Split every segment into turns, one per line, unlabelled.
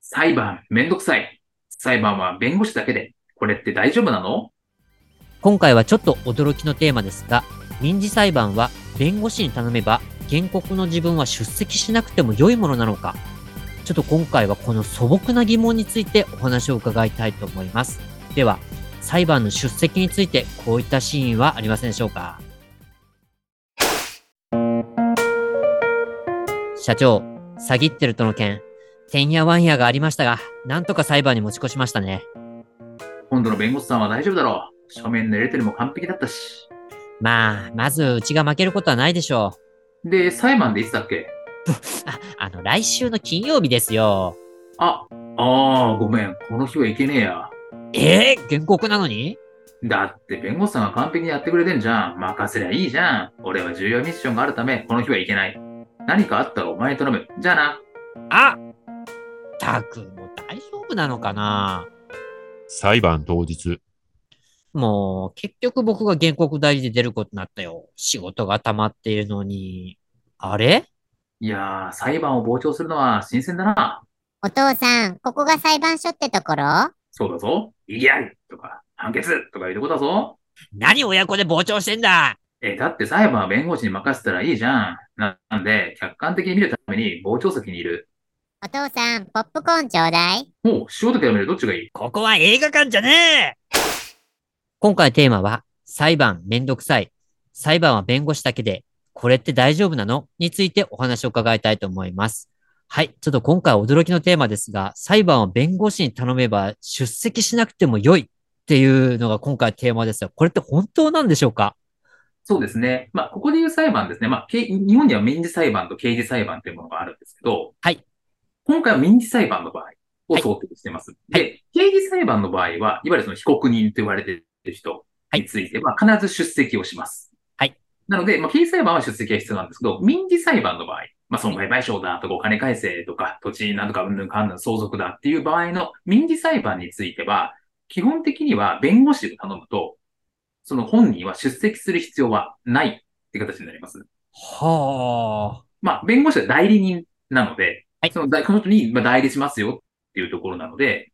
裁判めんどくさい裁判は弁護士だけでこれって大丈夫なの
今回はちょっと驚きのテーマですが民事裁判は弁護士に頼めば原告の自分は出席しなくても良いものなのかちょっと今回はこの素朴な疑問についてお話を伺いたいと思いますでは裁判の出席についてこういったシーンはありませんでしょうか社長詐欺ってるとの件てんやわんやがありましたがなんとか裁判に持ち越しましたね
今度の弁護士さんは大丈夫だろう書面の入れてるも完璧だったし
まあまずうちが負けることはないでしょ
で裁判でいつだっけ
うああの来週の金曜日ですよ
あああごめんこの日はいけねえや
えー、原告なのに
だって弁護士さんが完璧にやってくれてんじゃん。任せりゃいいじゃん。俺は重要ミッションがあるため、この日はいけない。何かあったらお前に頼む。じゃあな。
あたくんも大丈夫なのかな
裁判当日、
もう、結局僕が原告代理で出ることになったよ。仕事が溜まっているのに。あれ
いやー、裁判を傍聴するのは新鮮だな。
お父さん、ここが裁判所ってところ
そうだぞ。言い合いとか、判決とかいうことだぞ。
何親子で傍聴してんだ
え、だって裁判は弁護士に任せたらいいじゃん。ななんで、客観的に見るために傍聴席にいる。
お父さん、ポップコーンちょうだい。
もう、塩とキャラメルどっちがいい
ここは映画館じゃねえ今回テーマは、裁判めんどくさい。裁判は弁護士だけで、これって大丈夫なのについてお話を伺いたいと思います。はい。ちょっと今回は驚きのテーマですが、裁判を弁護士に頼めば出席しなくても良いっていうのが今回テーマですが、これって本当なんでしょうか
そうですね。まあ、ここで言う裁判ですね。まあ、け日本には民事裁判と刑事裁判というものがあるんですけど、
はい。
今回は民事裁判の場合を想定しています。
はい
で、刑事裁判の場合は、いわゆるその被告人と言われている人について、まあ、必ず出席をします。
はい。
なので、まあ、刑事裁判は出席が必要なんですけど、民事裁判の場合、まあ、損害賠償だとか、お金返せとか、土地なんとか、うんぬんかんぬん相続だっていう場合の民事裁判については、基本的には弁護士を頼むと、その本人は出席する必要はないっていう形になります。
はあ。
まあ、弁護士は代理人なので、
はい
その代この人にまあ代理しますよっていうところなので、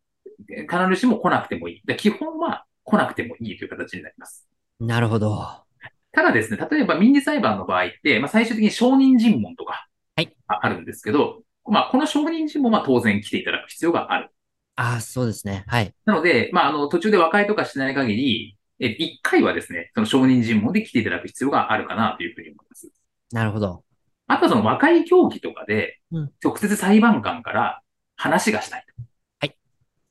必ずしも来なくてもいい。で基本は来なくてもいいという形になります。
なるほど。
ただですね、例えば民事裁判の場合って、まあ、最終的に証人尋問とか
はい
ああるんですけど、まあ、この証人尋問は当然来ていただく必要がある。
ああ、そうですね。はい。
なので、まあ、あの、途中で和解とかしない限り、え、一回はですね、その証人尋問で来ていただく必要があるかなというふうに思います。
なるほど。
あとはその和解協議とかで
うん、
直接裁判官から話がしたいと。
はい
っ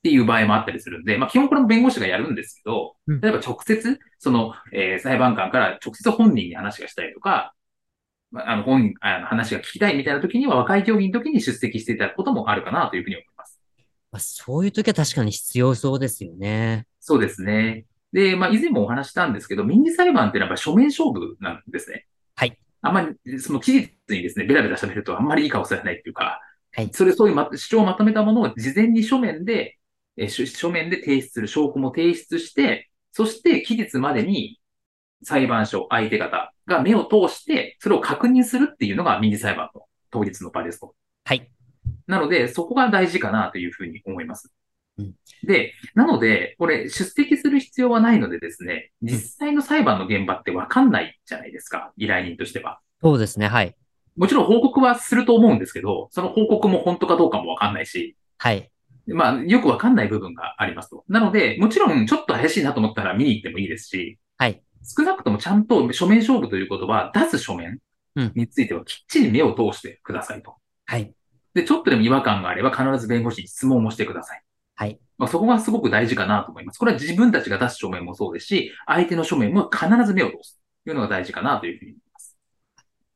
ていう場合もあったりするんで、まあ基本これも弁護士がやるんですけど
うん、
例えば直接、その、えー裁判官から直接本人に話がしたいとか、まああの本人、あの話が聞きたいみたいな時には和解協議の時に出席していただくこともあるかなというふうに思います。
まあ、そういう時は確かに必要そうですよね。
そうですね。で、まあ、以前もお話ししたんですけど、民事裁判っていうのはやっぱ書面勝負なんですね。
はい。
あんまり、その期日にですね、ベラベラ喋るとあんまりいい顔されないっていうか、
はい
それ、そういう、ま、主張をまとめたものを事前に書面で、えー書書面で提出する、証拠も提出して、そして期日までに裁判所、相手方が目を通して、それを確認するっていうのが民事裁判の当日の場ですと。
はい。
なので、そこが大事かなというふうに思います
うん。
で、なので、これ、出席する必要はないのでですね、実際の裁判の現場ってわかんないじゃないですか、依頼人としては。
そうですね。はい。
もちろん報告はすると思うんですけど、その報告も本当かどうかもわかんないし、
はい。
まあ、よくわかんない部分がありますと。なので、もちろん、ちょっと怪しいなと思ったら見に行ってもいいですし、
はい。
少なくともちゃんと書面勝負ということは、出す書面
うん
についてはきっちり目を通してくださいと。
はい。
で、ちょっとでも違和感があれば必ず弁護士に質問をしてください。
はい。
まあ、そこがすごく大事かなと思います。これは自分たちが出す書面もそうですし、相手の書面も必ず目を通すというのが大事かなというふうに思います。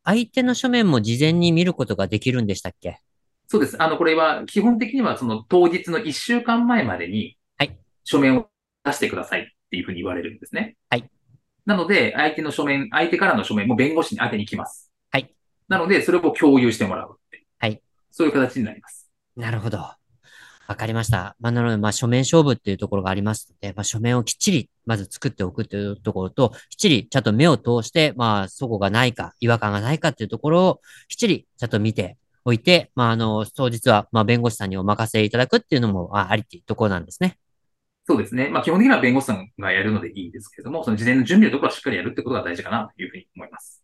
相手の書面も事前に見ることができるんでしたっけ
そうです。あの、これは基本的にはその当日の1週間前までに
はい、
書面を出してくださいっていうふうに言われるんですね。
はい。
なので、相手の書面、相手からの書面も弁護士に当てに来ます。
はい。
なので、それを共有してもらうっていう。
はい。
そういう形になります。
なるほど。わかりました。まあ、なので、まあ、書面勝負っていうところがありますので、まあ、書面をきっちり、まず作っておくというところと、きっちりちゃんと目を通して、まあ、そこがないか、違和感がないかっていうところを、きっちりちゃんと見ておいて、まあ、あの、当日は、まあ、弁護士さんにお任せいただくっていうのも、あありっていうところなんですね。
そうですね。まあ、基本的には弁護士さんがやるのでいいんですけれども、その事前の準備のところはしっかりやるってことが大事かなというふうに思います。